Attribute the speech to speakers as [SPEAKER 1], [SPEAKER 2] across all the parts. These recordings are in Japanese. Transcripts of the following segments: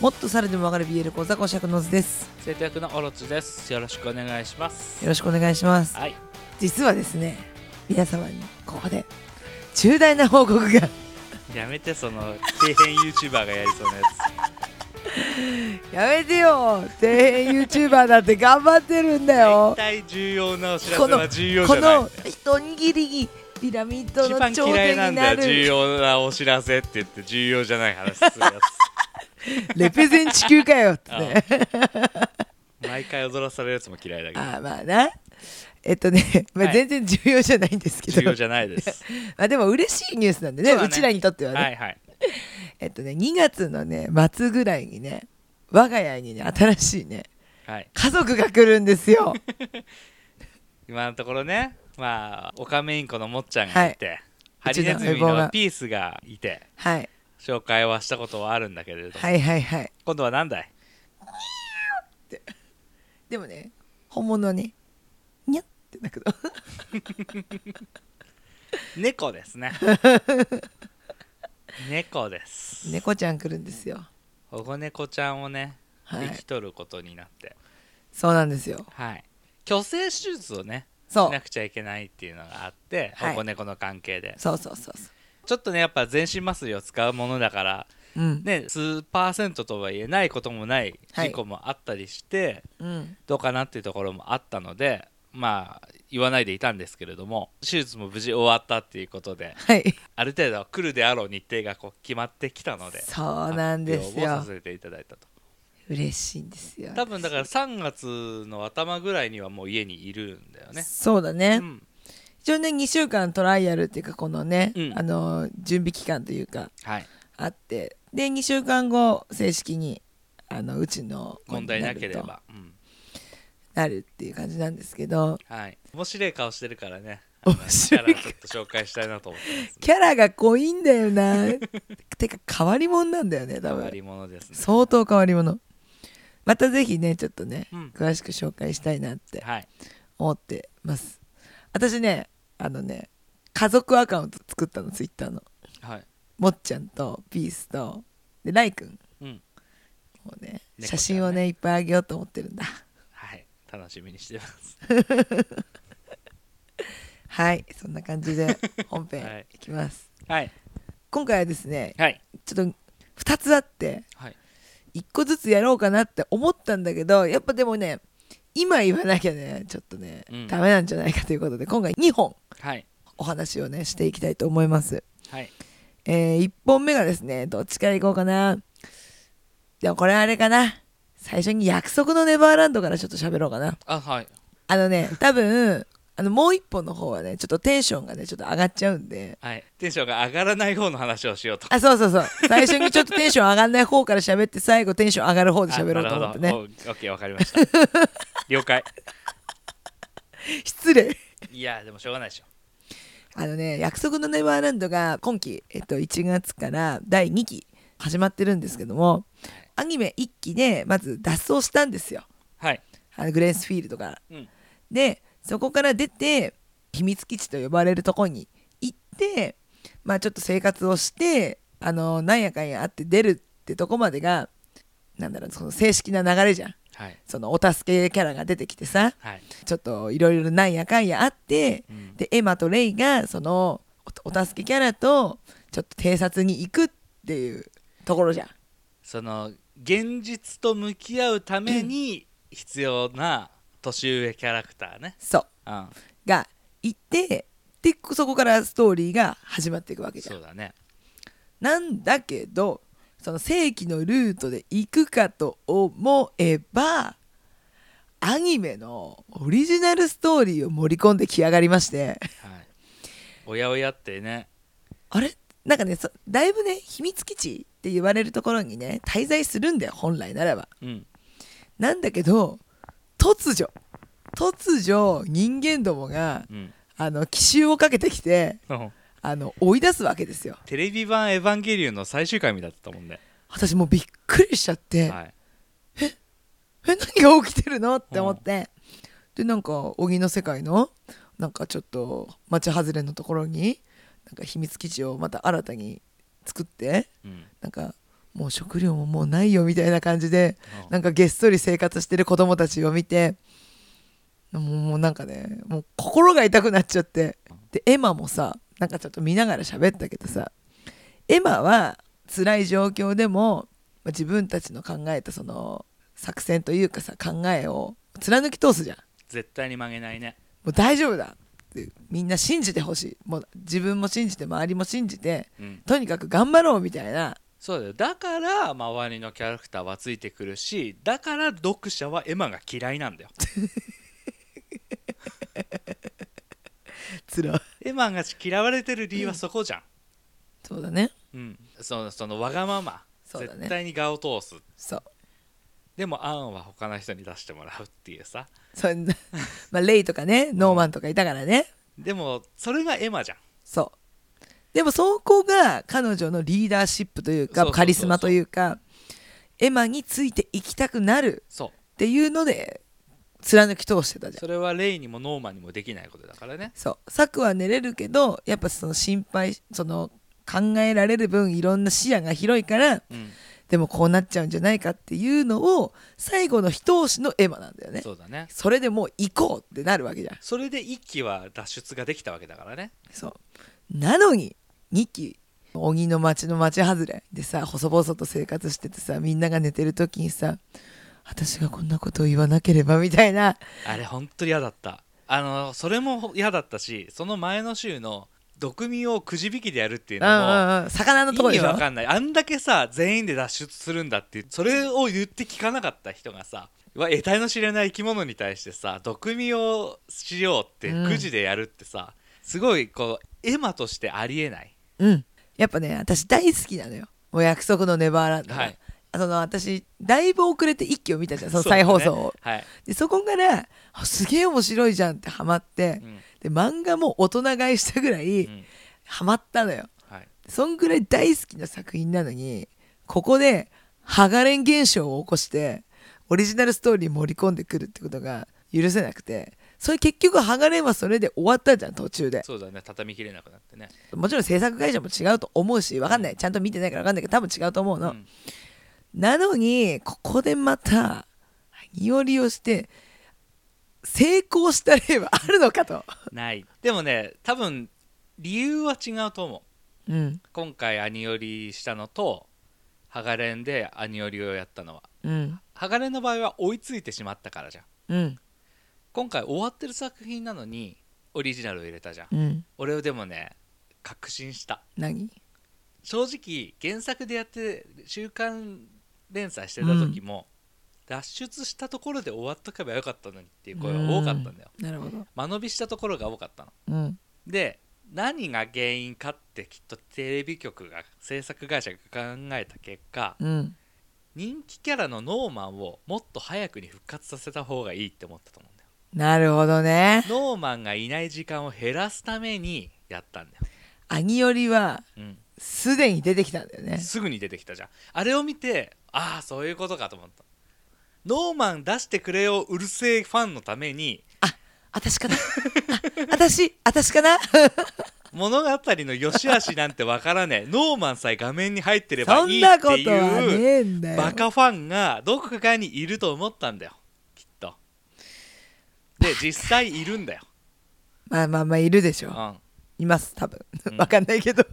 [SPEAKER 1] もっとさらにもわかる BL 講座講釈のずです
[SPEAKER 2] 生徒役のオロチですよろしくお願いします
[SPEAKER 1] よろしくお願いします
[SPEAKER 2] はい
[SPEAKER 1] 実はですね皆様にここで重大な報告が
[SPEAKER 2] やめてその底辺 YouTuber がやりそうなや
[SPEAKER 1] やめてよ底辺 YouTuber だって頑張ってるんだ
[SPEAKER 2] つ大
[SPEAKER 1] よ
[SPEAKER 2] 体重要なお知らせは重要じ
[SPEAKER 1] こ
[SPEAKER 2] ゃない
[SPEAKER 1] の一握りにピラミッド
[SPEAKER 2] 一
[SPEAKER 1] の
[SPEAKER 2] 番
[SPEAKER 1] 頂
[SPEAKER 2] 嫌いな
[SPEAKER 1] 点
[SPEAKER 2] ん
[SPEAKER 1] に
[SPEAKER 2] だ
[SPEAKER 1] な
[SPEAKER 2] よ重
[SPEAKER 1] る
[SPEAKER 2] 要なお知らせって言って重要じゃない話するや
[SPEAKER 1] レペゼン地球 かよってね
[SPEAKER 2] つ毎回踊らされるやつも嫌いだけど
[SPEAKER 1] あーまあなえっとね、まあ、
[SPEAKER 2] はい
[SPEAKER 1] 全然重要じゃないんですけど、
[SPEAKER 2] 重要じゃないです
[SPEAKER 1] まあでも嬉しいニュースなんでね
[SPEAKER 2] そううだね
[SPEAKER 1] ちらにとってはね、
[SPEAKER 2] はいはい
[SPEAKER 1] えっとね2月のね末ぐらいにね我が家にね新しいね
[SPEAKER 2] はい
[SPEAKER 1] 家族が来るんです よ
[SPEAKER 2] 今のところねまあオカメインコのもっちゃんがいて、ハリネ
[SPEAKER 1] う
[SPEAKER 2] ズミ
[SPEAKER 1] ちの相棒
[SPEAKER 2] の
[SPEAKER 1] が
[SPEAKER 2] ピースがいて
[SPEAKER 1] はい
[SPEAKER 2] 紹介はしたことはあるんだけれど、
[SPEAKER 1] はいはいはい
[SPEAKER 2] 今度は何だい
[SPEAKER 1] でもね本物はねにゃってだけ ど
[SPEAKER 2] 猫です ね猫です
[SPEAKER 1] 猫ちゃん来るんですよ
[SPEAKER 2] 保護猫ちゃんをね、
[SPEAKER 1] はい
[SPEAKER 2] 生きとることになって
[SPEAKER 1] そうなんですよ
[SPEAKER 2] はい虚勢手術をね
[SPEAKER 1] そ
[SPEAKER 2] し
[SPEAKER 1] う
[SPEAKER 2] なくちゃいけないっていうのがあって、
[SPEAKER 1] はい
[SPEAKER 2] 保護猫の関係で
[SPEAKER 1] そうそうそうそ
[SPEAKER 2] ちょっとねやっぱ全身麻酔を使うものだから
[SPEAKER 1] ううん、
[SPEAKER 2] ね数パーセントとはいえないこともない
[SPEAKER 1] はい
[SPEAKER 2] 事故もあったりして、
[SPEAKER 1] うん、
[SPEAKER 2] どうかなっていうところもあったのでまあ言わないでいたんですけれども手術も無事終わったっていうことで
[SPEAKER 1] はい
[SPEAKER 2] ある程度来るであろう日程がこう決まってきたので
[SPEAKER 1] そうなんです
[SPEAKER 2] 発表を
[SPEAKER 1] よ
[SPEAKER 2] させていただいたと
[SPEAKER 1] 嬉しいんですよ
[SPEAKER 2] 多分だから3月の頭ぐらいにはもう家にいるんだよね
[SPEAKER 1] そうだね、
[SPEAKER 2] うん
[SPEAKER 1] 一応ね2週間トライアルっていうかこのね、
[SPEAKER 2] うん
[SPEAKER 1] あの準備期間というか
[SPEAKER 2] はい
[SPEAKER 1] あってで2週間後正式にあのうちの子
[SPEAKER 2] 問
[SPEAKER 1] にる
[SPEAKER 2] 題
[SPEAKER 1] と
[SPEAKER 2] なければ、うん
[SPEAKER 1] なるっていう感じなんですけど
[SPEAKER 2] はい面白い顔してるか らね
[SPEAKER 1] 面
[SPEAKER 2] キャ
[SPEAKER 1] 白
[SPEAKER 2] ラ
[SPEAKER 1] い
[SPEAKER 2] ちょっと紹介したいなと思って ます
[SPEAKER 1] キャラが濃いんだよ なてか変わり者なんだよね多
[SPEAKER 2] 変わ
[SPEAKER 1] 分
[SPEAKER 2] り者ですね
[SPEAKER 1] 相当変わり者またぜひねちょっとね、
[SPEAKER 2] うん
[SPEAKER 1] 詳しく紹介したいなって
[SPEAKER 2] はい
[SPEAKER 1] 思ってます私ねあのね家族アカウント作ったのツイッターの
[SPEAKER 2] はい
[SPEAKER 1] もっちゃんとピースとでライくん
[SPEAKER 2] うん
[SPEAKER 1] をね
[SPEAKER 2] ね
[SPEAKER 1] 写真をねいっぱいあげようと思ってるんだ
[SPEAKER 2] はい楽しみにし てます
[SPEAKER 1] はいそんな感じ で本
[SPEAKER 2] は
[SPEAKER 1] 編
[SPEAKER 2] い
[SPEAKER 1] いきます、
[SPEAKER 2] はい
[SPEAKER 1] 今回はですね
[SPEAKER 2] はい
[SPEAKER 1] ちょっと2つあって
[SPEAKER 2] はい
[SPEAKER 1] 1個ずつやろうかなって思ったんだけどやっぱでもね今言わなきゃねちょっとね、
[SPEAKER 2] うん
[SPEAKER 1] ダメなんじゃないかということで今回2本
[SPEAKER 2] はい
[SPEAKER 1] お話をねしていきたいと思います
[SPEAKER 2] はい
[SPEAKER 1] え1本目がですねどっちからいこうかなでもこれあれかな最初に約束のネバーランドからちょっと喋ろうかな
[SPEAKER 2] あはい
[SPEAKER 1] あのね多分あのもう一本の方はねちょっとテンションがねちょっと上がっちゃうんで
[SPEAKER 2] はいテンションが上がらない方の話をしようと
[SPEAKER 1] あそうそうそう最初にちょっとテンション上がんない方から喋って最後テンション上がる方で喋ろうと思って
[SPEAKER 2] あなるほ
[SPEAKER 1] ね
[SPEAKER 2] どおオッケーわかりました 了解
[SPEAKER 1] 失礼
[SPEAKER 2] いやでもしょうがないでしょ
[SPEAKER 1] あのね約束のネバーランドが今期、えっと、1月から第2期始まってるんですけどもアニメ1期でまず脱走したんですよ
[SPEAKER 2] はい
[SPEAKER 1] あのグレースフィールドから
[SPEAKER 2] うん
[SPEAKER 1] でそこから出て秘密基地と呼ばれるとこに行ってまあちょっと生活をしてあのなんやかんやあって出るってとこまでがなんだろうその正式な流れじゃん
[SPEAKER 2] はい
[SPEAKER 1] そのお助けキャラが出てきてさ
[SPEAKER 2] はい、
[SPEAKER 1] ちょっといろいろなんやかんやあって
[SPEAKER 2] うん
[SPEAKER 1] でエマとレイがそのおお助けキャラとちょっと偵察に行くっていうところじゃん
[SPEAKER 2] その現実と向き合うために必要な年上キャラクターね、
[SPEAKER 1] そう
[SPEAKER 2] うん、
[SPEAKER 1] が行ってでそこからストーリーが始まっていくわけじゃん
[SPEAKER 2] そうだね
[SPEAKER 1] なんだけどその正規のルートで行くかと思えばアニメのオリジナルストーリーを盛り込んできやがりまして
[SPEAKER 2] はいおやおやってね
[SPEAKER 1] あれなんかねそだいぶね秘密基地って言われるところにね滞在するんだよ本来ならば。
[SPEAKER 2] うん
[SPEAKER 1] なんだけど突如突如人間どもが
[SPEAKER 2] うん
[SPEAKER 1] あの奇襲をかけてきてあの追い出すわけですよ。
[SPEAKER 2] テレビ版「エヴァンゲリオン」の最終回みたいだったもんね、
[SPEAKER 1] 私もうびっくりしちゃって、
[SPEAKER 2] はい、
[SPEAKER 1] え何が起きてるのって思って、でなんか荻の世界のなんかちょっと町外れのところになんか秘密基地をまた新たに作って
[SPEAKER 2] うん、
[SPEAKER 1] なんかもう食料ももうないよみたいな感じで
[SPEAKER 2] うん
[SPEAKER 1] なんかげっそり生活してる子供たちを見てもうもうなんかねもう心が痛くなっちゃってでエマもさなんかちょっと見ながら喋ったけどさエマは辛い状況でもまあ自分たちの考えたその作戦というかさ考えを貫き通すじゃん。
[SPEAKER 2] 絶対に曲げないね
[SPEAKER 1] もう大丈夫だってみんな信じてほしいもう自分も信じて周りも信じて
[SPEAKER 2] うん
[SPEAKER 1] とにかく頑張ろうみたいな
[SPEAKER 2] そうだよだから周りのキャラクターはついてくるしだから読者はエマが嫌 いなんだよ
[SPEAKER 1] つら
[SPEAKER 2] エマが嫌われてる理由はそこじゃん、
[SPEAKER 1] そうだね
[SPEAKER 2] うん、そのそのわがまま、
[SPEAKER 1] そうだね
[SPEAKER 2] 絶対に我を通す
[SPEAKER 1] そう
[SPEAKER 2] でもアンは他の人に出してもらうっていうさ
[SPEAKER 1] そんな まあレイとかねノーマンとかいたからね
[SPEAKER 2] でもそれがエマじゃん
[SPEAKER 1] そうでもそこが彼女のリーダーシップという
[SPEAKER 2] そうそう
[SPEAKER 1] か
[SPEAKER 2] そう
[SPEAKER 1] カリスマというかエマについていきたくなる
[SPEAKER 2] そう
[SPEAKER 1] っていうので貫き通してたじゃん
[SPEAKER 2] それはレイにもノーマンにもできないことだからね
[SPEAKER 1] そう策は練れるけどやっぱその心配その考えられる分いろんな視野が広いから
[SPEAKER 2] うん
[SPEAKER 1] でもこうなっちゃうんじゃないかっていうのを最後の一押しのエマなんだよねそ
[SPEAKER 2] そうだね
[SPEAKER 1] れでもう行こうってなるわけじゃん
[SPEAKER 2] それで一期は脱出ができたわけだからね
[SPEAKER 1] そうなのに2期鬼の町の町外れでさ細々と生活しててさみんなが寝てる時にさ私がこんなことを言わなければみたいな
[SPEAKER 2] あれ本当に嫌だったあのそれも嫌だったしその前の週の毒味をくじ引きでやるっていう
[SPEAKER 1] う
[SPEAKER 2] の
[SPEAKER 1] ん
[SPEAKER 2] も
[SPEAKER 1] うんうん魚のとこで
[SPEAKER 2] 意味
[SPEAKER 1] しょ
[SPEAKER 2] わかんないあんだけさ全員で脱出するんだってそれを言って聞かなかった人がさわ得体の知れない生き物に対してさ毒味をしようって
[SPEAKER 1] うん
[SPEAKER 2] くじでやるってさ、すごいこうエマとしてありえない
[SPEAKER 1] うんやっぱね私大好きなのよもう約束のネバーランドが、
[SPEAKER 2] はい
[SPEAKER 1] その私だいぶ遅れて一気を見たじゃんその再放送を
[SPEAKER 2] そうだねはい、
[SPEAKER 1] でそこからあすげえ面白いじゃんってハマって、
[SPEAKER 2] うん
[SPEAKER 1] で漫画も大人買いしたぐらい
[SPEAKER 2] うん
[SPEAKER 1] ハマったのよ、
[SPEAKER 2] はい、
[SPEAKER 1] そんぐらい大好きな作品なのにここでハガレン現象を起こしてオリジナルストーリー盛り込んでくるってことが許せなくてそれ結局ハガレンはそれで終わったじゃん途中で
[SPEAKER 2] そうだね畳み切れなくなってね
[SPEAKER 1] もちろん制作会社も違うと思うし分かんないちゃんと見てないから分かんないけど多分違うと思うの、
[SPEAKER 2] うん
[SPEAKER 1] なのにここでまたいおりをして成功した例はあるのかと、
[SPEAKER 2] ないでもね多分理由は違うと思う
[SPEAKER 1] うん
[SPEAKER 2] 今回アニ寄りしたのとハガレンでアニ寄りをやったのは
[SPEAKER 1] うん
[SPEAKER 2] ハガレンの場合は追いついてしまったからじゃん
[SPEAKER 1] うん
[SPEAKER 2] 今回終わってる作品なのにオリジナルを入れたじゃん
[SPEAKER 1] うん
[SPEAKER 2] 俺でもね確信した
[SPEAKER 1] 何
[SPEAKER 2] 正直原作でやって週刊連載してた時も、脱出したところで終わっとけばよかったのにっていう声が多かったんだよ
[SPEAKER 1] なるほど
[SPEAKER 2] 間延びしたところが多かったの
[SPEAKER 1] うん
[SPEAKER 2] で何が原因かってきっとテレビ局が制作会社が考えた結果
[SPEAKER 1] うん
[SPEAKER 2] 人気キャラのノーマンをもっと早くに復活させた方がいいって思ったと思うんだよ
[SPEAKER 1] なるほどね
[SPEAKER 2] ノーマンがいない時間を減らすためにやったんだよ、
[SPEAKER 1] アニオリは
[SPEAKER 2] う
[SPEAKER 1] すでに出てきたんだよ
[SPEAKER 2] ん、
[SPEAKER 1] ね
[SPEAKER 2] すぐに出てきたじゃんあれを見てああそういうことかと思ったノーマン出してくれようるせえファンのために
[SPEAKER 1] あ私かな あ私私かな
[SPEAKER 2] 物語の良し悪しなんてわからねえノーマンさえ画面に入ってれば
[SPEAKER 1] そん
[SPEAKER 2] いいっ
[SPEAKER 1] な
[SPEAKER 2] て
[SPEAKER 1] ことはね
[SPEAKER 2] いう
[SPEAKER 1] えんだよ
[SPEAKER 2] バカファンがどこかにいると思ったんだよきっとで実際いるんだよ、
[SPEAKER 1] まあまあまあいるでし
[SPEAKER 2] う
[SPEAKER 1] ょ
[SPEAKER 2] ん、
[SPEAKER 1] います多分
[SPEAKER 2] うん
[SPEAKER 1] わかんないけど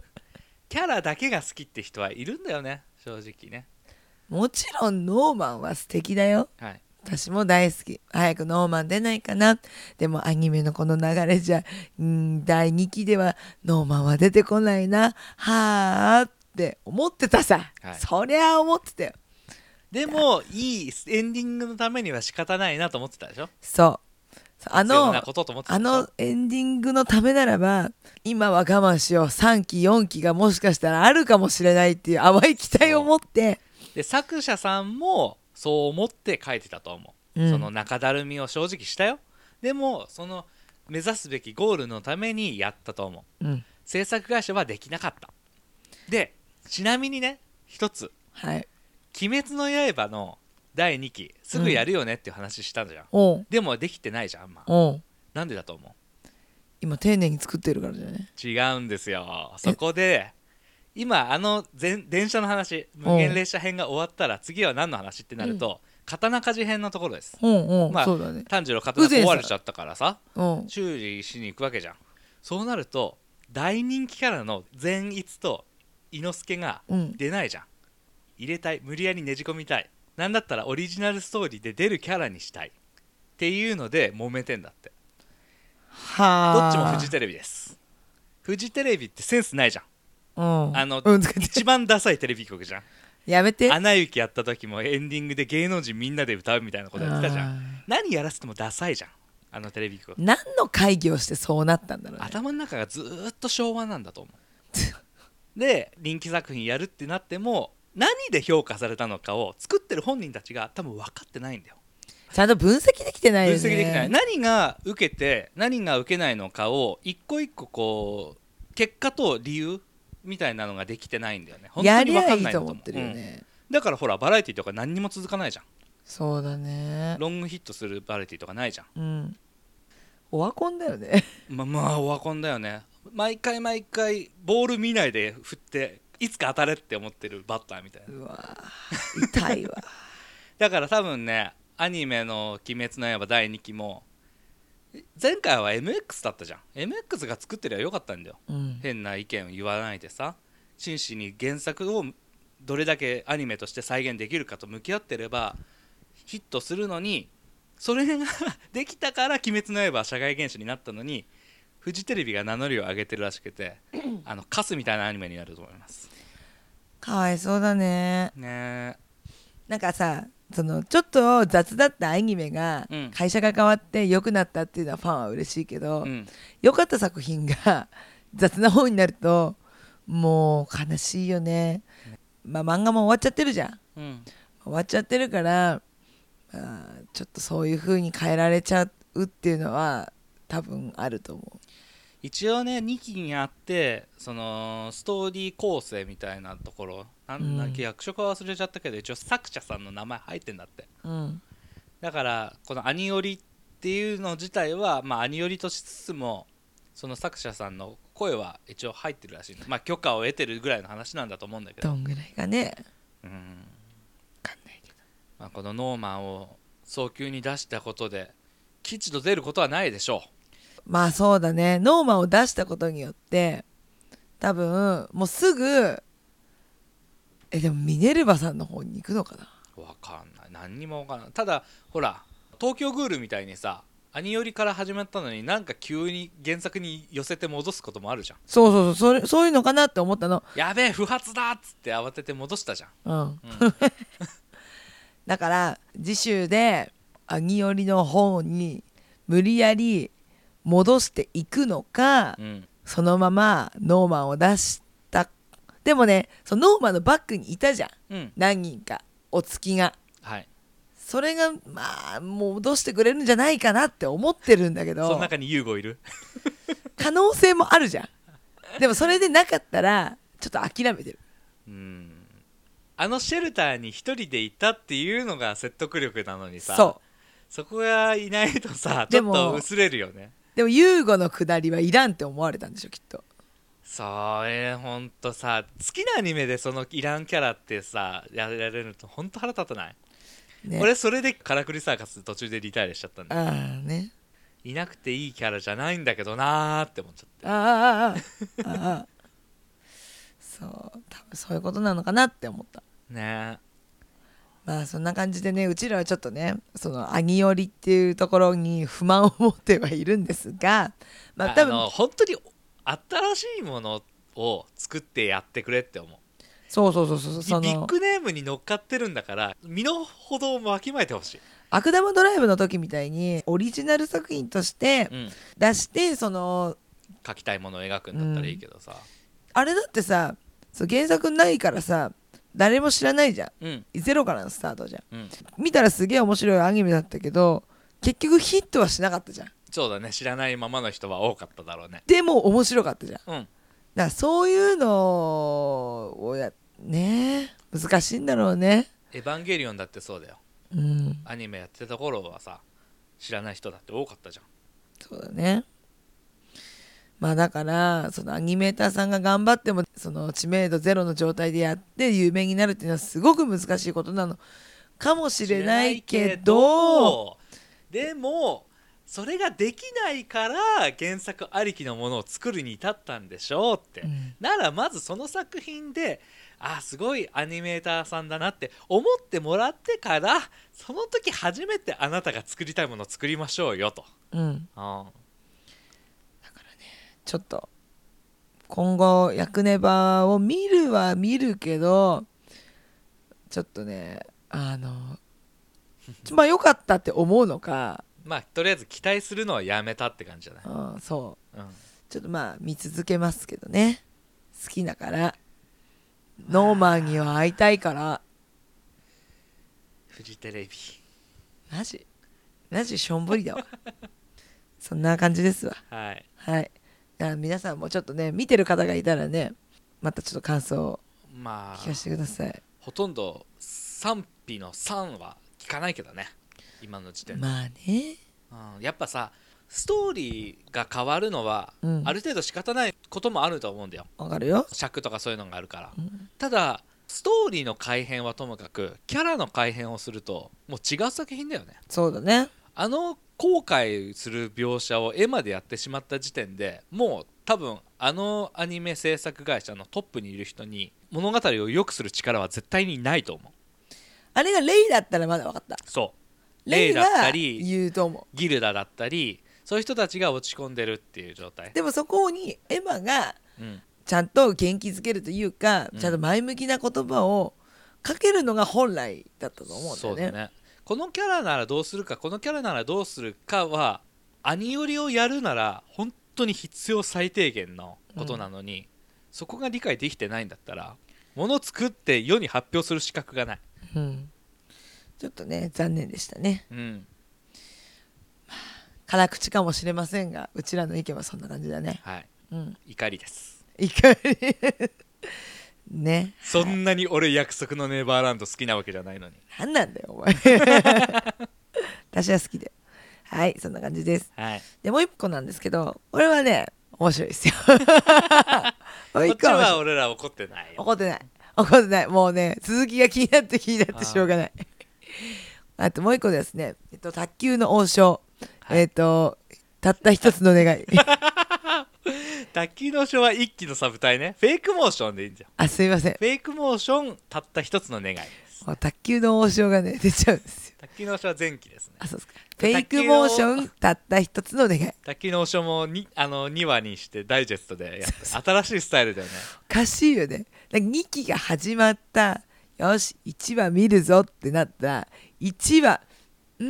[SPEAKER 2] キャラだけが好きって人はいるんだよね正直ね
[SPEAKER 1] もちろんノーマンは素敵だよ
[SPEAKER 2] はい
[SPEAKER 1] 私も大好き早くノーマン出ないかなでもアニメのこの流れじゃうん第2期ではノーマンは出てこないなはあって思ってたさ、
[SPEAKER 2] はい
[SPEAKER 1] そりゃ思ってたよ
[SPEAKER 2] でもいいエンディングのためには仕方ないなと思ってたでしょ
[SPEAKER 1] そうそうあ
[SPEAKER 2] 必要
[SPEAKER 1] の
[SPEAKER 2] なことと思ってた
[SPEAKER 1] あ
[SPEAKER 2] でしょ
[SPEAKER 1] のエンディングのためならば今は我慢しよう3期4期がもしかしたらあるかもしれないっていう淡い期待を持って
[SPEAKER 2] で作者さんもそう思って書いてたと思う、
[SPEAKER 1] うん
[SPEAKER 2] その中だるみを正直したよでもその目指すべきゴールのためにやったと思う
[SPEAKER 1] うん
[SPEAKER 2] 制作会社はできなかったでちなみにね一つ
[SPEAKER 1] はい
[SPEAKER 2] 「鬼滅の刃」の第2期すぐやるよねっていう話したじゃん、
[SPEAKER 1] おう
[SPEAKER 2] でもできてないじゃんあんま
[SPEAKER 1] おう
[SPEAKER 2] なんでだと思う
[SPEAKER 1] 今丁寧に作ってるからじゃない
[SPEAKER 2] 違うんですよそこで今あの前電車の話無限列車編が終わったら次は何の話ってなると、刀鍛冶編のところです
[SPEAKER 1] うんうん、
[SPEAKER 2] まあ
[SPEAKER 1] そうだね
[SPEAKER 2] 炭治郎刀
[SPEAKER 1] 羽前さん
[SPEAKER 2] 壊れちゃったからさ
[SPEAKER 1] うん
[SPEAKER 2] 修理しに行くわけじゃんそうなると大人気キャラの善逸と伊之助が
[SPEAKER 1] うん
[SPEAKER 2] 出ないじゃん入れたい無理やりねじ込みたいなんだったらオリジナルストーリーで出るキャラにしたいっていうので揉めてんだって
[SPEAKER 1] はあ
[SPEAKER 2] どっちもフジテレビですフジテレビってセンスないじゃん
[SPEAKER 1] うん
[SPEAKER 2] あの
[SPEAKER 1] うん つけて
[SPEAKER 2] 一番ダサいテレビ局じゃん
[SPEAKER 1] やめて
[SPEAKER 2] 「アナ雪」やった時もエンディングで芸能人みんなで歌うみたいなことやってたじゃ
[SPEAKER 1] あー
[SPEAKER 2] ん何やらせてもダサいじゃんあのテレビ局
[SPEAKER 1] 何の会議をしてそうなったんだろうね
[SPEAKER 2] 頭の中がずーっと昭和なんだと思 うで人気作品やるってなっても何で評価されたのかを作ってる本人たちが多分分かってないんだよ
[SPEAKER 1] ちゃんと分析できてない
[SPEAKER 2] 分
[SPEAKER 1] よね
[SPEAKER 2] 析できない何が受けて何が受けないのかを一個一個こう結果と理由みたいなのができてないんだよね本当
[SPEAKER 1] や
[SPEAKER 2] に
[SPEAKER 1] り
[SPEAKER 2] 分
[SPEAKER 1] ゃ
[SPEAKER 2] か
[SPEAKER 1] い
[SPEAKER 2] ん
[SPEAKER 1] い
[SPEAKER 2] ないん
[SPEAKER 1] と
[SPEAKER 2] だと思
[SPEAKER 1] 思
[SPEAKER 2] う
[SPEAKER 1] ってるよね、
[SPEAKER 2] うんだからほらバラエティとか何にも続かないじゃん
[SPEAKER 1] そうだね
[SPEAKER 2] ロングヒットするバラエティとかないじゃん
[SPEAKER 1] うんオワコンだよね
[SPEAKER 2] まあまあオワコンだよね毎回毎回ボール見ないで振っていつか当たれって思ってるバッターみたいな
[SPEAKER 1] うわー痛 いわ
[SPEAKER 2] だから多分ねアニメの「鬼滅の刃」第2期も前回は MX だったじゃん MX が作ってりゃよかったんだよ
[SPEAKER 1] うん
[SPEAKER 2] 変な意見を言わないでさ真摯に原作をどれだけアニメとして再現できるかと向き合ってればヒットするのにそれができたから「鬼滅の刃」は社会現象になったのにフジテレビが名乗りを上げてるらし くてあのカスみたいなアニメになると思います
[SPEAKER 1] かわいそうだね
[SPEAKER 2] ね
[SPEAKER 1] なんかさそのちょっと雑だったアニメが
[SPEAKER 2] うん
[SPEAKER 1] 会社が変わって良くなったっていうのはファンは嬉しいけ
[SPEAKER 2] え、
[SPEAKER 1] ど
[SPEAKER 2] うん、
[SPEAKER 1] 良かった作品が 雑な方になるともう悲しいよねまあ漫画も終わっちゃってるじゃん
[SPEAKER 2] うん、
[SPEAKER 1] 終わっちゃってるから、まあ、ちょっとそういう風に変えられちゃうっていうのは多分あると思
[SPEAKER 2] 一応ね2期にあってそのストーリー構成みたいなところなんだっけ
[SPEAKER 1] う
[SPEAKER 2] 役職は忘れちゃったけど一応作者さんの名前入ってんだって
[SPEAKER 1] う、うん、
[SPEAKER 2] だからこの「アニオリ」っていうの自体は、まあ、アニオリとしつつもその作者さんの声は一応入ってるらしいのまあ許可を得てるぐらいの話なんだと思うんだけど
[SPEAKER 1] どんぐらいがね
[SPEAKER 2] うん、
[SPEAKER 1] 分かんないけど
[SPEAKER 2] まあ、このノーマンを早急に出したことで吉と出ることはないでしょ
[SPEAKER 1] まあそうだねノーマンを出したことによって多分もうすぐえでもミネルヴァさんの方に行くのかな
[SPEAKER 2] うわかんない何にもわかんないただほら東京グールみたいにさアニオリから始まったのになんか急に原作に寄せて戻すこともあるじゃん
[SPEAKER 1] そうそうそうそれそういうのかなって思ったの
[SPEAKER 2] やべえ不発だっつって慌てて戻したじゃん
[SPEAKER 1] うん、 だから次週でアニ寄りの方に無理やり戻していくのか、
[SPEAKER 2] うん
[SPEAKER 1] そのままノーマンを出したでもねそのノーマンのバックにいたじゃん
[SPEAKER 2] うん
[SPEAKER 1] 何人かお月が
[SPEAKER 2] はい
[SPEAKER 1] それがまあ戻してくれるんじゃないかなって思ってるんだけ
[SPEAKER 2] その
[SPEAKER 1] ど
[SPEAKER 2] 中に優吾いる
[SPEAKER 1] 可能性もあるじゃんでもそれでなかったらちょっと諦めてる
[SPEAKER 2] うんあのシェルターに一人でいたっていうのが説得力なのにさ
[SPEAKER 1] そう
[SPEAKER 2] そこがいないとさち
[SPEAKER 1] で
[SPEAKER 2] ょっ
[SPEAKER 1] も
[SPEAKER 2] と薄れるよね
[SPEAKER 1] でもユーゴのくだりはいらんって思われたんでしょきっと
[SPEAKER 2] それほんとさ好きなアニメでそのいらんキャラってさやられるとほんと腹立たない、
[SPEAKER 1] ね
[SPEAKER 2] 俺それでカラクリサーカス途中でリタイアしちゃったんだ
[SPEAKER 1] ああね
[SPEAKER 2] いなくていいキャラじゃないんだけどなーって思っちゃっ
[SPEAKER 1] あーあーあーあーそう多分そういうことなのかなって思った
[SPEAKER 2] たね
[SPEAKER 1] まあそんな感じでねうちらはちょっとねその兄寄りっていうところに不満を持ってはいるんですがまあ
[SPEAKER 2] あ
[SPEAKER 1] 多
[SPEAKER 2] の
[SPEAKER 1] 分
[SPEAKER 2] 本当に新しいものを作ってやってくれって思う
[SPEAKER 1] そうそうそうそうそ
[SPEAKER 2] ビッ
[SPEAKER 1] の
[SPEAKER 2] グネームに乗っかってるんだから身の程をわきまえてほしい、
[SPEAKER 1] 悪玉ドライブの時みたいにオリジナル作品として
[SPEAKER 2] うん、
[SPEAKER 1] 出してその
[SPEAKER 2] 書きたいものを描くんだったらいいけどさ、
[SPEAKER 1] あれだってさそう原作ないからさ誰も知らないじゃん
[SPEAKER 2] うん
[SPEAKER 1] ゼロからのスタートじゃん
[SPEAKER 2] うん、
[SPEAKER 1] 見たらすげえ面白いアニメだったけど結局ヒットはしなかったじゃん
[SPEAKER 2] そうだね知らないままの人は多かっただろうね
[SPEAKER 1] でも面白かったじゃん
[SPEAKER 2] うん
[SPEAKER 1] だからそういうのをやねえ難しいんだろうね
[SPEAKER 2] 「エヴァンゲリオン」だってそうだよ
[SPEAKER 1] うん
[SPEAKER 2] アニメやってた頃はさ知らない人だって多かったじゃん
[SPEAKER 1] そうだねまあだからそのアニメーターさんが頑張ってもその知名度ゼロの状態でやって有名になるっていうのはすごく難しいことなのかもしれないけど
[SPEAKER 2] でもそれができないから原作ありきのものを作るに至ったんでしょうって、
[SPEAKER 1] うん
[SPEAKER 2] ならまずその作品であすごいアニメーターさんだなって思ってもらってからその時初めてあなたが作りたいものを作りましょうよと、
[SPEAKER 1] うん、
[SPEAKER 2] うん、
[SPEAKER 1] ちょっと今後役ネバを見るは見るけどちょっとねあ のまあ良かったって思うのか、
[SPEAKER 2] まあとりあえず期待するのはやめたって感じじゃない、
[SPEAKER 1] うん、そう
[SPEAKER 2] うん、
[SPEAKER 1] ちょっとまあ見続けますけどね好きだからノーマンには会いたいから
[SPEAKER 2] フジテレビ
[SPEAKER 1] マジマジしょんぼりだわそんな感じですわ
[SPEAKER 2] はい
[SPEAKER 1] はいだから皆さんもちょっとね見てる方がいたらねまたちょっと感想を
[SPEAKER 2] ま
[SPEAKER 1] 聞
[SPEAKER 2] あ
[SPEAKER 1] かせてください
[SPEAKER 2] ほとんど賛否の3は聞かないけどね今の時点で、
[SPEAKER 1] まあね
[SPEAKER 2] うん、やっぱさストーリーが変わるのは、
[SPEAKER 1] うん
[SPEAKER 2] ある程度仕方ないこともあると思うんだよ
[SPEAKER 1] わかるよ
[SPEAKER 2] 尺とかそういうのがあるから、
[SPEAKER 1] うん
[SPEAKER 2] ただストーリーの改変はともかくキャラの改変をするともう違う作品だよね
[SPEAKER 1] そうだね
[SPEAKER 2] あの後悔する描写を絵までやってしまった時点でもう多分あのアニメ制作会社のトップにいる人に物語を良くする力は絶対にないと思う
[SPEAKER 1] あれがレイだったらまだわかった
[SPEAKER 2] そうレ
[SPEAKER 1] レ
[SPEAKER 2] イ
[SPEAKER 1] イ
[SPEAKER 2] だった
[SPEAKER 1] は
[SPEAKER 2] り
[SPEAKER 1] 言うと思
[SPEAKER 2] ギルダだったりそういう人たちが落ち込んでるっていう状態
[SPEAKER 1] う、でもそこにエマが
[SPEAKER 2] うん、
[SPEAKER 1] ちゃんと元気づけるというか、
[SPEAKER 2] うん
[SPEAKER 1] ちゃんと前向きな言葉をかけるのが本来だったと思うんだ
[SPEAKER 2] そ
[SPEAKER 1] よ
[SPEAKER 2] うだ
[SPEAKER 1] ね。
[SPEAKER 2] ねこのキャラならどうするかこのキャラならどうするかは兄寄りをやるなら本当に必要最低限のことなのに、そこが理解できてないんだったら物作って世に発表する資格がない、
[SPEAKER 1] うん、ちょっとね残念でしたね
[SPEAKER 2] うん、
[SPEAKER 1] 辛口かもしれませんがうちらの意見はそんな感じだね。
[SPEAKER 2] はい
[SPEAKER 1] うん、
[SPEAKER 2] 怒りです
[SPEAKER 1] 怒り ね
[SPEAKER 2] そんなに俺約束のネバーランド好きなわけじゃないのに
[SPEAKER 1] 何なんだよお前 私は好きではいそんな感じです
[SPEAKER 2] はい
[SPEAKER 1] でもう一個なんですけど俺はね面白いですよ もう
[SPEAKER 2] こ
[SPEAKER 1] 一
[SPEAKER 2] っち
[SPEAKER 1] 個は面白い
[SPEAKER 2] は俺ら怒ってないよ
[SPEAKER 1] 怒ってない怒ってないもうね続きが気になって気になってしょうがないあともう一個ですね、えっと、卓球の王将、
[SPEAKER 2] はい
[SPEAKER 1] えっとたった一つの願い
[SPEAKER 2] 卓球の書は一期のサブ隊ねフェイクモーションでいいんじゃん
[SPEAKER 1] あすいません
[SPEAKER 2] フェイクモーションたった一つの願いです
[SPEAKER 1] もう卓球の王将がね出ちゃうんですよ
[SPEAKER 2] 卓球の書は前期ですね
[SPEAKER 1] あそうですかフ
[SPEAKER 2] 球を
[SPEAKER 1] ェイクモーションたった一つの願い
[SPEAKER 2] 卓球の王将もにあの2話にしてダイジェストでやって新しいスタイルだよね
[SPEAKER 1] おかしいよね2期が始まったよし1話見るぞってなったら1話ん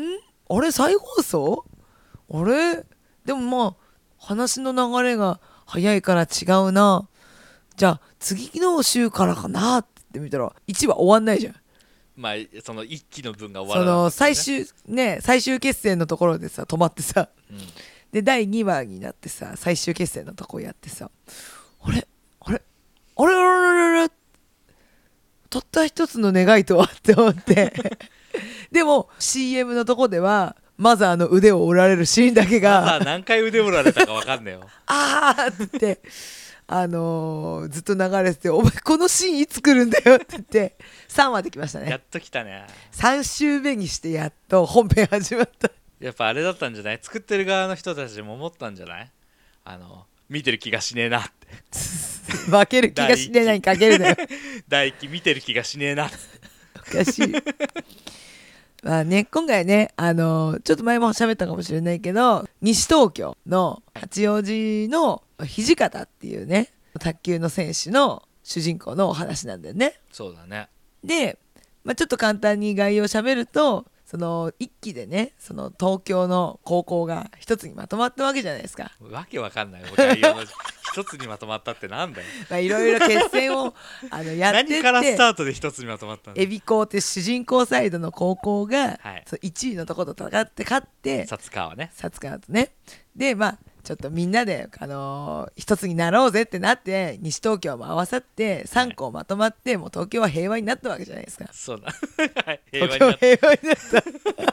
[SPEAKER 1] あれ再放送あれでもまあ話の流れが早いから違うなじゃあ次の週からかなって言ってみたら1話終わんないじゃん
[SPEAKER 2] まあその1期の分が終わ
[SPEAKER 1] そ
[SPEAKER 2] らな
[SPEAKER 1] の
[SPEAKER 2] かったね
[SPEAKER 1] 最終ね最終決戦のところでさ止まってさで第2話になってさ最終決戦のとこやってさあれあれあれあれあれあれたった一つの願いとはって思って でも CM のとこではマザーの腕を折られるシーンだけ
[SPEAKER 2] うん、ま
[SPEAKER 1] が
[SPEAKER 2] あ何回腕折られたか分か んねえよ
[SPEAKER 1] あーって、あのーずっと流れてて「お前このシーンいつ来るんだよ」って言って3話できました
[SPEAKER 2] や
[SPEAKER 1] ね
[SPEAKER 2] っときたね
[SPEAKER 1] 3週目にしてやっと本編始まった
[SPEAKER 2] やっぱあれだったんじゃない作ってる側の人たちも思ったんじゃないあの見てる気がしねえなって
[SPEAKER 1] 負ける気がしねえないかけるなよ
[SPEAKER 2] 第1期見てる気がしねえなって
[SPEAKER 1] おかしいまあね今回ねあのちょっと前も喋ったかもしれないけど西東京の八王子の土方っていうね卓球の選手の主人公のお話なんだよね。
[SPEAKER 2] そうだね
[SPEAKER 1] で、まあ、ちょっと簡単に概要を喋るとその一期でねその東京の高校が一つにまとまったわけじゃないですか。
[SPEAKER 2] わけわかんないお 概要の一つにまとまったってなんだよ
[SPEAKER 1] まあ、いろいろ決戦をあのやってって
[SPEAKER 2] 何からスタートで一つにまとまったんだ
[SPEAKER 1] エビ校って主人公サイドの高校が、
[SPEAKER 2] はい
[SPEAKER 1] その1位のとこと戦って勝 って
[SPEAKER 2] 薩川ね
[SPEAKER 1] サツカとねでまあちょっとみんなで、あのー一つになろうぜってなって西東京も合わさって3校まとまって、もう東京は平和になったわけじゃないですか。
[SPEAKER 2] そうだ はい平和
[SPEAKER 1] 東京
[SPEAKER 2] にな
[SPEAKER 1] は
[SPEAKER 2] った
[SPEAKER 1] 平和にな っ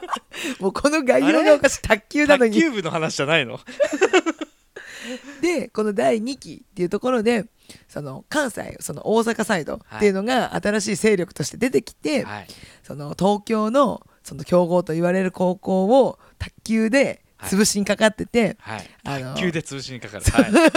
[SPEAKER 1] たもうこの概要がおかしい卓球なの
[SPEAKER 2] 卓
[SPEAKER 1] に
[SPEAKER 2] 球部の話じゃないの
[SPEAKER 1] でこの第2期っていうところでその関西その大阪サイドっていうのが新しい勢力として出てきて、
[SPEAKER 2] はい、
[SPEAKER 1] その東京のその強豪と言われる高校を卓球で潰しにかかってて、
[SPEAKER 2] はい、
[SPEAKER 1] あの
[SPEAKER 2] 卓球で潰しにかかる、はい、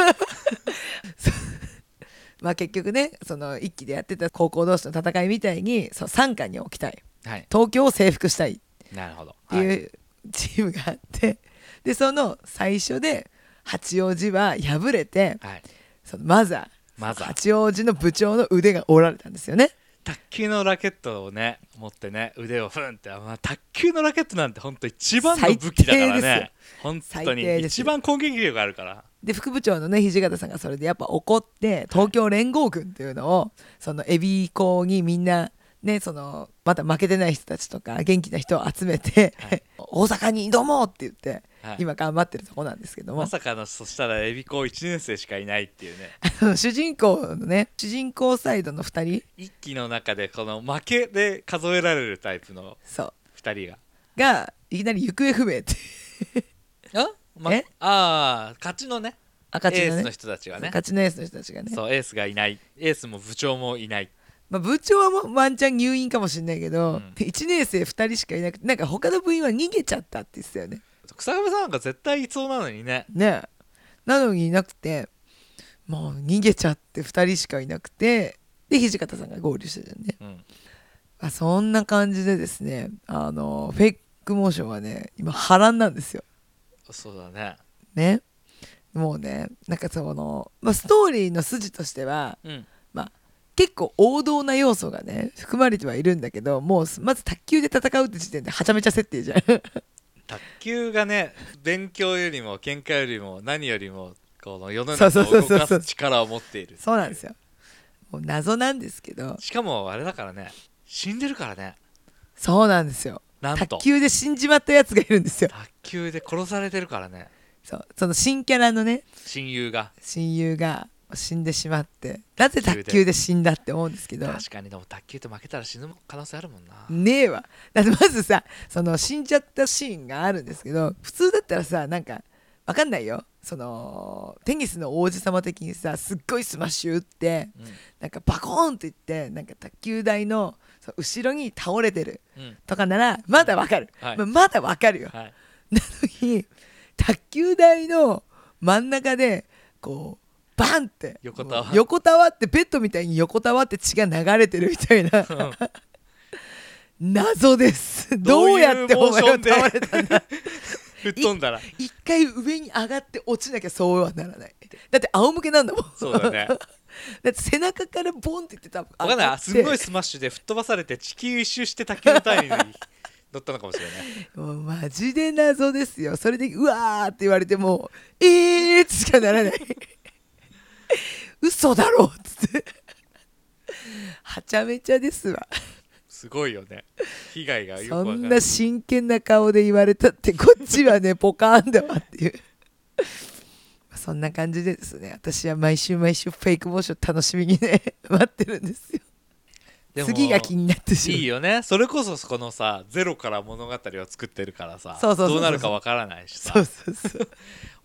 [SPEAKER 1] まあ、結局ねその一期でやってた高校同士の戦いみたいにそう傘下に置きたい
[SPEAKER 2] はい、
[SPEAKER 1] 東京を征服したい
[SPEAKER 2] なるほど、
[SPEAKER 1] って
[SPEAKER 2] はい
[SPEAKER 1] いうチームがあって、でその最初で八王子は敗れて
[SPEAKER 2] はい、
[SPEAKER 1] そのマザー
[SPEAKER 2] マザー
[SPEAKER 1] 八王子の部長の腕が折られたんですよね。
[SPEAKER 2] 卓球のラケットをね持ってね腕をふんって、まあ、卓球のラケットなんて本当一番の武器だから
[SPEAKER 1] 最低ですよ
[SPEAKER 2] ね本
[SPEAKER 1] 最
[SPEAKER 2] 当
[SPEAKER 1] 低で
[SPEAKER 2] に
[SPEAKER 1] すよ
[SPEAKER 2] 一番攻撃力があるから
[SPEAKER 1] で副部長のね土方さんがそれでやっぱ怒って東京連合軍っていうのをそのエビ校にみんなねそのまだ負けてない人たちとか元気な人を集めて、
[SPEAKER 2] はい
[SPEAKER 1] 大阪に挑もうって言って、
[SPEAKER 2] はい
[SPEAKER 1] 今頑張ってるとこなんですけども
[SPEAKER 2] まさかのそしたらエビ校1年生しかいないっていうね
[SPEAKER 1] あの主人公のね主人公サイドの2人
[SPEAKER 2] 一期の中でこの負けで数えられるタイプの
[SPEAKER 1] そう
[SPEAKER 2] 2人が
[SPEAKER 1] がいきなり行方不明って
[SPEAKER 2] あ、ま
[SPEAKER 1] え
[SPEAKER 2] あー勝ちのね
[SPEAKER 1] 赤字
[SPEAKER 2] エー
[SPEAKER 1] の
[SPEAKER 2] ス
[SPEAKER 1] ね
[SPEAKER 2] の人たちがね
[SPEAKER 1] 勝ちのエースの人たちがね、
[SPEAKER 2] そうエースがいないエースも部長もいない
[SPEAKER 1] まあ、部長はもうワンチャン入院かもしれないけど、
[SPEAKER 2] うん
[SPEAKER 1] 1年生2人しかいなくてなんか他の部員は逃げちゃったって言ってたよね
[SPEAKER 2] 草壁さんなんか絶対いそうなのにね
[SPEAKER 1] ねえなのにいなくてもう逃げちゃって2人しかいなくてで土方さんが合流してたよね、
[SPEAKER 2] うん
[SPEAKER 1] まあ、そんな感じでですねあのフェイクモーションはね今波乱なんですよ
[SPEAKER 2] そうだね
[SPEAKER 1] ねもうねなんかその、まあ、ストーリーの筋としては
[SPEAKER 2] うん
[SPEAKER 1] 結構王道な要素がね含まれてはいるんだけどもうまず卓球で戦うって時点ではちゃめちゃ設定じゃん
[SPEAKER 2] 卓球がね勉強よりも喧嘩よりも何よりもこの世の
[SPEAKER 1] そう
[SPEAKER 2] 中
[SPEAKER 1] そ
[SPEAKER 2] を
[SPEAKER 1] うそう
[SPEAKER 2] 動
[SPEAKER 1] そう
[SPEAKER 2] かす力を持っている
[SPEAKER 1] そうなんですよもう謎なんですけど
[SPEAKER 2] しかもあれだからね死んでるからね
[SPEAKER 1] そうなんですよ
[SPEAKER 2] なんと
[SPEAKER 1] 卓球で死んじまったやつがいるんですよ
[SPEAKER 2] 卓球で殺されてるからね
[SPEAKER 1] そうその新キャラのね
[SPEAKER 2] 親友が
[SPEAKER 1] 親友が死んでしまってなぜ卓球で死んだって思うんですけど
[SPEAKER 2] 確かにでも卓球って負けたら死ぬ可能性あるもんな
[SPEAKER 1] ねえわだってまずさその死んじゃったシーンがあるんですけど普通だったらさなんかわかんないよそのテニスの王子様的にさすっごいスマッシュ打って
[SPEAKER 2] う
[SPEAKER 1] なんかバコーンっていってなんか卓球台のそう後ろに倒れてる
[SPEAKER 2] んうん
[SPEAKER 1] とかならまだわかる、
[SPEAKER 2] はい
[SPEAKER 1] ままだわかるよ、
[SPEAKER 2] はい
[SPEAKER 1] なのに卓球台の真ん中でこうバンって
[SPEAKER 2] 横たわ
[SPEAKER 1] もう横たわってベッドみたいに横たわって血が流れてるみたいな
[SPEAKER 2] うん
[SPEAKER 1] 謎です
[SPEAKER 2] ど
[SPEAKER 1] ど
[SPEAKER 2] ういう
[SPEAKER 1] うやってお前
[SPEAKER 2] モ
[SPEAKER 1] は
[SPEAKER 2] ーショ
[SPEAKER 1] 倒
[SPEAKER 2] ンで
[SPEAKER 1] れたんだ
[SPEAKER 2] 吹っ飛んだら
[SPEAKER 1] 一回上に上がって落ちなきゃそうはならないだって仰向け なんだもん
[SPEAKER 2] そうだね
[SPEAKER 1] だって背中からボンっていってた
[SPEAKER 2] 分かんないすごいスマッシュで吹っ飛ばされて地球一周して卓球のタイムに乗ったのかもし れない
[SPEAKER 1] もうマジで謎ですよそれでうわーって言われてもうえーってしかならない嘘だろっつってはちゃめちゃですわ
[SPEAKER 2] すごいよね被害がよく
[SPEAKER 1] そ
[SPEAKER 2] わか
[SPEAKER 1] ん
[SPEAKER 2] んな
[SPEAKER 1] ない真剣な顔で言われたってこっちはねポカーンだわっていうそんな感じでですね私は毎週毎週フェイクモーション楽しみにね待ってるんですよ
[SPEAKER 2] でも
[SPEAKER 1] 次が気になってしまう
[SPEAKER 2] いいよねそれこそこのさゼロから物語を作ってるからさ
[SPEAKER 1] そうそうそうそう
[SPEAKER 2] どうなるかわからないしさ
[SPEAKER 1] そうそうそう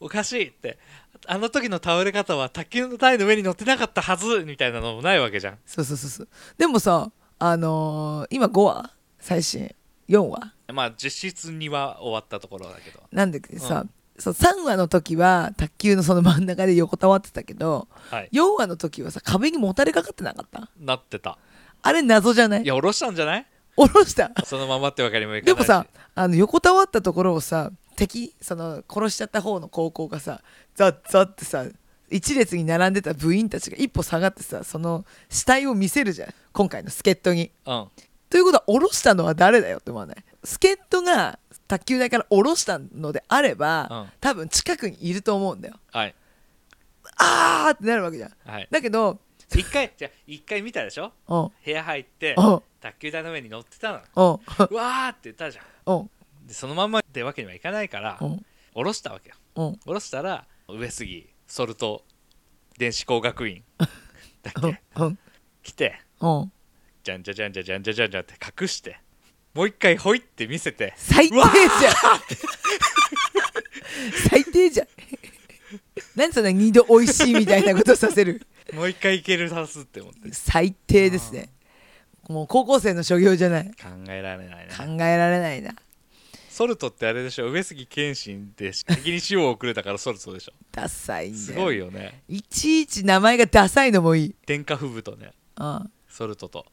[SPEAKER 2] おかしいってあの時の倒れ方は卓球の台の上に乗ってなかったはずみたいなのもないわけじゃん
[SPEAKER 1] そうそうそうそうでもさあのー今5話最新4話
[SPEAKER 2] まあ実質には終わったところだけど
[SPEAKER 1] なんだけどさ、
[SPEAKER 2] う
[SPEAKER 1] そう3話の時は卓球のその真ん中で横たわってたけど
[SPEAKER 2] はい
[SPEAKER 1] 4話の時はさ壁にもたれかかってなかった
[SPEAKER 2] なってた
[SPEAKER 1] あれ謎じゃない
[SPEAKER 2] いや下ろしたんじゃない
[SPEAKER 1] 下ろ した
[SPEAKER 2] そのままってわけにもいかな
[SPEAKER 1] で
[SPEAKER 2] いし
[SPEAKER 1] もさあの横たわったところをさ敵その殺しちゃった方の高校がさザッザッってさ一列に並んでた部員たちが一歩下がってさその死体を見せるじゃん今回の助っ人に。
[SPEAKER 2] うん
[SPEAKER 1] ということは下ろしたのは誰だよって思わない助っ人が卓球台から下ろしたのであれば、
[SPEAKER 2] うん
[SPEAKER 1] 多分近くにいると思うんだよ。
[SPEAKER 2] はい
[SPEAKER 1] あーってなるわけじゃん。
[SPEAKER 2] はい
[SPEAKER 1] だけど、
[SPEAKER 2] 一回じゃあ一回見たでしょ
[SPEAKER 1] うん、うん、
[SPEAKER 2] 部屋入って
[SPEAKER 1] うん
[SPEAKER 2] 卓球台の上に乗ってたの
[SPEAKER 1] うん、
[SPEAKER 2] うわーって言ったじゃん
[SPEAKER 1] うん、
[SPEAKER 2] でそのまんまってわけにはいかないから
[SPEAKER 1] うん、
[SPEAKER 2] 下ろしたわけよ
[SPEAKER 1] うん、
[SPEAKER 2] 下ろしたら上杉ソルト電子工 学院だっ
[SPEAKER 1] う
[SPEAKER 2] け
[SPEAKER 1] ん、うん、
[SPEAKER 2] 来て
[SPEAKER 1] うん。
[SPEAKER 2] じゃんじゃじゃんじゃじゃんじゃじゃんじゃんって隠してもう一回ほいっ て見せて
[SPEAKER 1] 最低じゃん最低じゃん何そんな二度おいしいみたいなことさせる
[SPEAKER 2] もう一回いけるはずって思って
[SPEAKER 1] 最低ですねもう高校生の所業じゃない
[SPEAKER 2] 考えられない
[SPEAKER 1] 考
[SPEAKER 2] ね
[SPEAKER 1] えられないな
[SPEAKER 2] ソルトってあれでしょ上杉謙信で先に塩をくれたからソルトでしょ
[SPEAKER 1] ダサいんだよ
[SPEAKER 2] すごいよね
[SPEAKER 1] いちいち名前がダサいのもいい、
[SPEAKER 2] 天下布武とね
[SPEAKER 1] うん、
[SPEAKER 2] ソルトと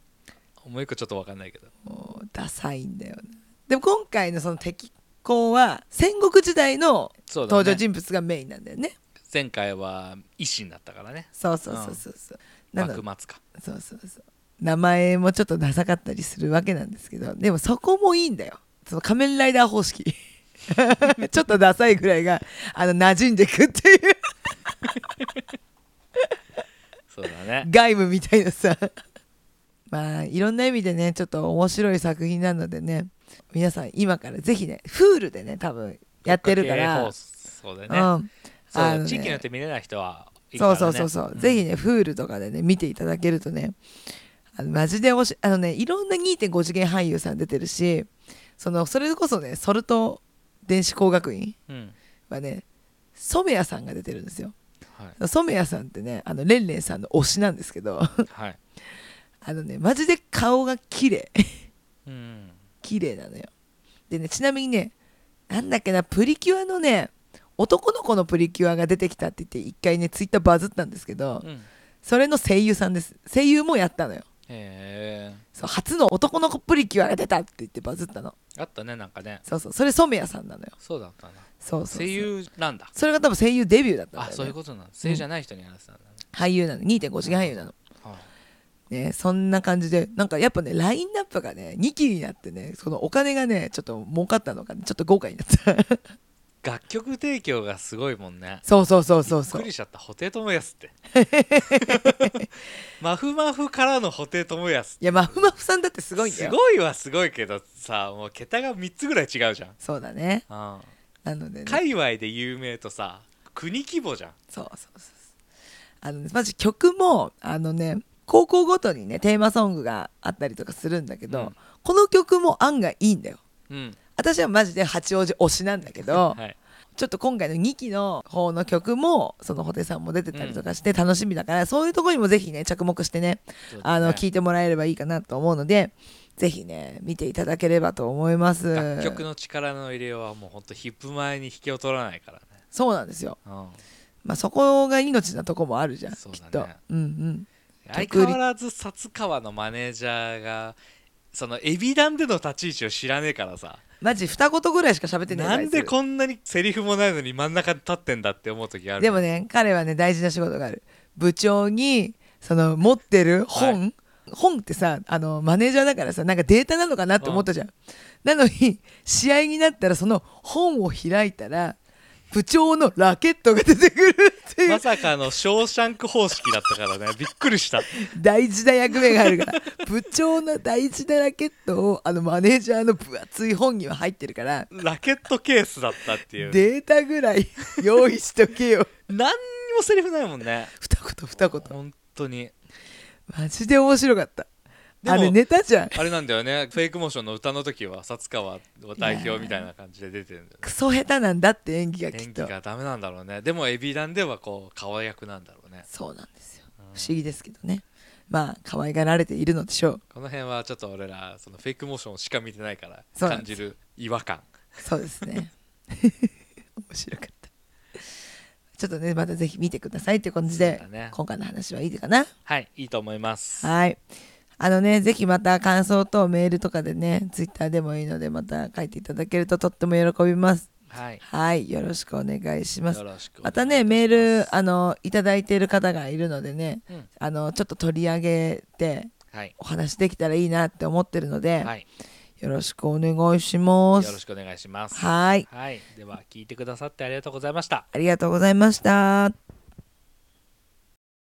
[SPEAKER 2] もう一個ちょっと分かんないけど
[SPEAKER 1] もうダサいんだよなでも今回のその敵校は戦国時代の
[SPEAKER 2] そうだね
[SPEAKER 1] 登場人物がメインなんだよね
[SPEAKER 2] 前回は維新だったからね
[SPEAKER 1] そうそうそうそうそう、なの
[SPEAKER 2] 幕末か
[SPEAKER 1] そうそうそう名前もちょっとダサかったりするわけなんですけどでもそこもいいんだよその仮面ライダー方式 ちょっとダサいぐらいがあの馴染んでくっていう
[SPEAKER 2] そうだね
[SPEAKER 1] 外務みたいなさ まあいろんな意味でねちょっと面白い作品なのでね皆さん今からぜひね Hulu でね多分 やってるから、
[SPEAKER 2] そうだ
[SPEAKER 1] う
[SPEAKER 2] よね
[SPEAKER 1] ん
[SPEAKER 2] そう
[SPEAKER 1] あのね
[SPEAKER 2] 地域によって見れない人はいいから
[SPEAKER 1] そう
[SPEAKER 2] ね
[SPEAKER 1] そうそうそう、
[SPEAKER 2] ん
[SPEAKER 1] ぜひね Hulu とかでね見ていただけるとねあのマジでおしあのねいろんな2.5次元俳優さん出てるしそのそれこそねソルト電子工学院
[SPEAKER 2] うん
[SPEAKER 1] はね染谷さんが出てるんですよ
[SPEAKER 2] は
[SPEAKER 1] 染谷さんってねあのレンレンさんの推しなんですけど
[SPEAKER 2] いはい
[SPEAKER 1] あのねマジで顔が綺麗
[SPEAKER 2] うん
[SPEAKER 1] 綺麗なのよでねちなみにねなんだっけなプリキュアのね男の子のプリキュアが出てきたって言って一回ねツイッターバズったんですけど、
[SPEAKER 2] うん
[SPEAKER 1] それの声優さんです声優もやったのよ
[SPEAKER 2] へ
[SPEAKER 1] そう初の男の子プリキュアが出たって言ってバズったの
[SPEAKER 2] えあったねなんかね
[SPEAKER 1] そうそうそれ染谷さんなのよ
[SPEAKER 2] そうだったな
[SPEAKER 1] そうそうそう
[SPEAKER 2] 声優なんだ
[SPEAKER 1] それが多分声優デビューだったんだよ、
[SPEAKER 2] あ
[SPEAKER 1] ね、
[SPEAKER 2] そういうことなんだ声優じゃない人に話したんだね
[SPEAKER 1] 俳優なの2.5次元俳優なの
[SPEAKER 2] はい
[SPEAKER 1] ねそんな感じでなんかやっぱねラインナップがね2期になってねそのお金がねちょっと儲かったのかねちょっと豪華になった
[SPEAKER 2] 楽曲提供がすごいもんね
[SPEAKER 1] そうそうそうそう
[SPEAKER 2] びっ
[SPEAKER 1] そ
[SPEAKER 2] く
[SPEAKER 1] う
[SPEAKER 2] りしちゃった布袋寅泰 ってマフマフからの布袋寅泰
[SPEAKER 1] いやまふまふさんだってすごいんだ
[SPEAKER 2] す
[SPEAKER 1] よ
[SPEAKER 2] ごいはすごいけどさもう桁が3つぐらい違うじゃん、
[SPEAKER 1] そうだね
[SPEAKER 2] うん、
[SPEAKER 1] なのでね
[SPEAKER 2] 界隈で有名とさ国規模じゃん
[SPEAKER 1] そうそうそうあのねまず曲もあのね高校ごとにねテーマソングがあったりとかするんだけど、
[SPEAKER 2] うん
[SPEAKER 1] この曲も案外いいんだよ
[SPEAKER 2] うん
[SPEAKER 1] 私はマジで八王子推しなんだけど、
[SPEAKER 2] はい、
[SPEAKER 1] ちょっと今回の2期の方の曲もそのホテさんも出てたりとかして楽しみだから、そういうところにもぜひね着目してねあの聞いてもらえればいいかなと思うのでぜひね見ていただければと思います
[SPEAKER 2] 楽曲の力の入れようはもうほんとヒップ前に引けを取らないからね、
[SPEAKER 1] そうなんですよ、
[SPEAKER 2] うん、
[SPEAKER 1] まあ、そこが命なとこもあるじゃん、
[SPEAKER 2] そう
[SPEAKER 1] き
[SPEAKER 2] だね
[SPEAKER 1] っとうんうん
[SPEAKER 2] 相変わらず薩川のマネージャーがそのエビダンでの立ち位置を知らねえからさ
[SPEAKER 1] マジ二言ぐらいしか喋ってない
[SPEAKER 2] なんで
[SPEAKER 1] ん
[SPEAKER 2] こんなにセリフもないのに真ん中に立ってんだって思う時ある
[SPEAKER 1] でもね彼はね大事な仕事がある部長にその持ってる本、本ってさあのマネージャーだからさなんかデータなのかなって思ったじゃん、なのに試合になったらその本を開いたら部長のラケットが出てくるっていう
[SPEAKER 2] まさかの「ショーシャンク方式」だったからね びっくりした
[SPEAKER 1] 大事な役目があるから 部長の大事なラケットをあのマネージャーの分厚い本には入ってるから
[SPEAKER 2] ラケットケースだったっていう
[SPEAKER 1] データぐら い用意しとけよ
[SPEAKER 2] 何にもセリフないもんね
[SPEAKER 1] 二言二言
[SPEAKER 2] 本当に
[SPEAKER 1] マジで面白かった
[SPEAKER 2] でも
[SPEAKER 1] あれネタじゃん
[SPEAKER 2] あれなんだよねフェイクモーションの歌の時は薩川を代表みたいな感じで出てるんだよね
[SPEAKER 1] クソ下手なんだって演技がきっ
[SPEAKER 2] 演
[SPEAKER 1] と
[SPEAKER 2] 技がダメなんだろうねでもエビダンではこう顔役なんだろうね
[SPEAKER 1] そうなんですよ不思議ですけどねまあ可愛がられているのでしょう
[SPEAKER 2] この辺はちょっと俺らそのフェイクモーションしか見てないから
[SPEAKER 1] そうなん
[SPEAKER 2] 感
[SPEAKER 1] で
[SPEAKER 2] じ
[SPEAKER 1] す
[SPEAKER 2] る違和感
[SPEAKER 1] そうです ね面白かったちょっとねまたぜひ見てくださいって感じで
[SPEAKER 2] そうだ、ね
[SPEAKER 1] 今回の話はいいかな
[SPEAKER 2] はいいいと思います
[SPEAKER 1] はいあのねぜひまた感想等メールとかでねツイッターでもいいのでまた書いていただけるととっても喜びます
[SPEAKER 2] はい
[SPEAKER 1] はいよろしくお願いします
[SPEAKER 2] よろしくお願
[SPEAKER 1] ま
[SPEAKER 2] いいたし
[SPEAKER 1] たねメール
[SPEAKER 2] あ
[SPEAKER 1] あのいただいている方がいるのでね、
[SPEAKER 2] うん
[SPEAKER 1] あのちょっと取り上げて
[SPEAKER 2] はい
[SPEAKER 1] お話できたらいいなって思ってるので、
[SPEAKER 2] はい
[SPEAKER 1] よろしくお願いします
[SPEAKER 2] よろしくお願いします
[SPEAKER 1] はい
[SPEAKER 2] はい、では聞いてくださってありがとうございました。
[SPEAKER 1] ありがとうございました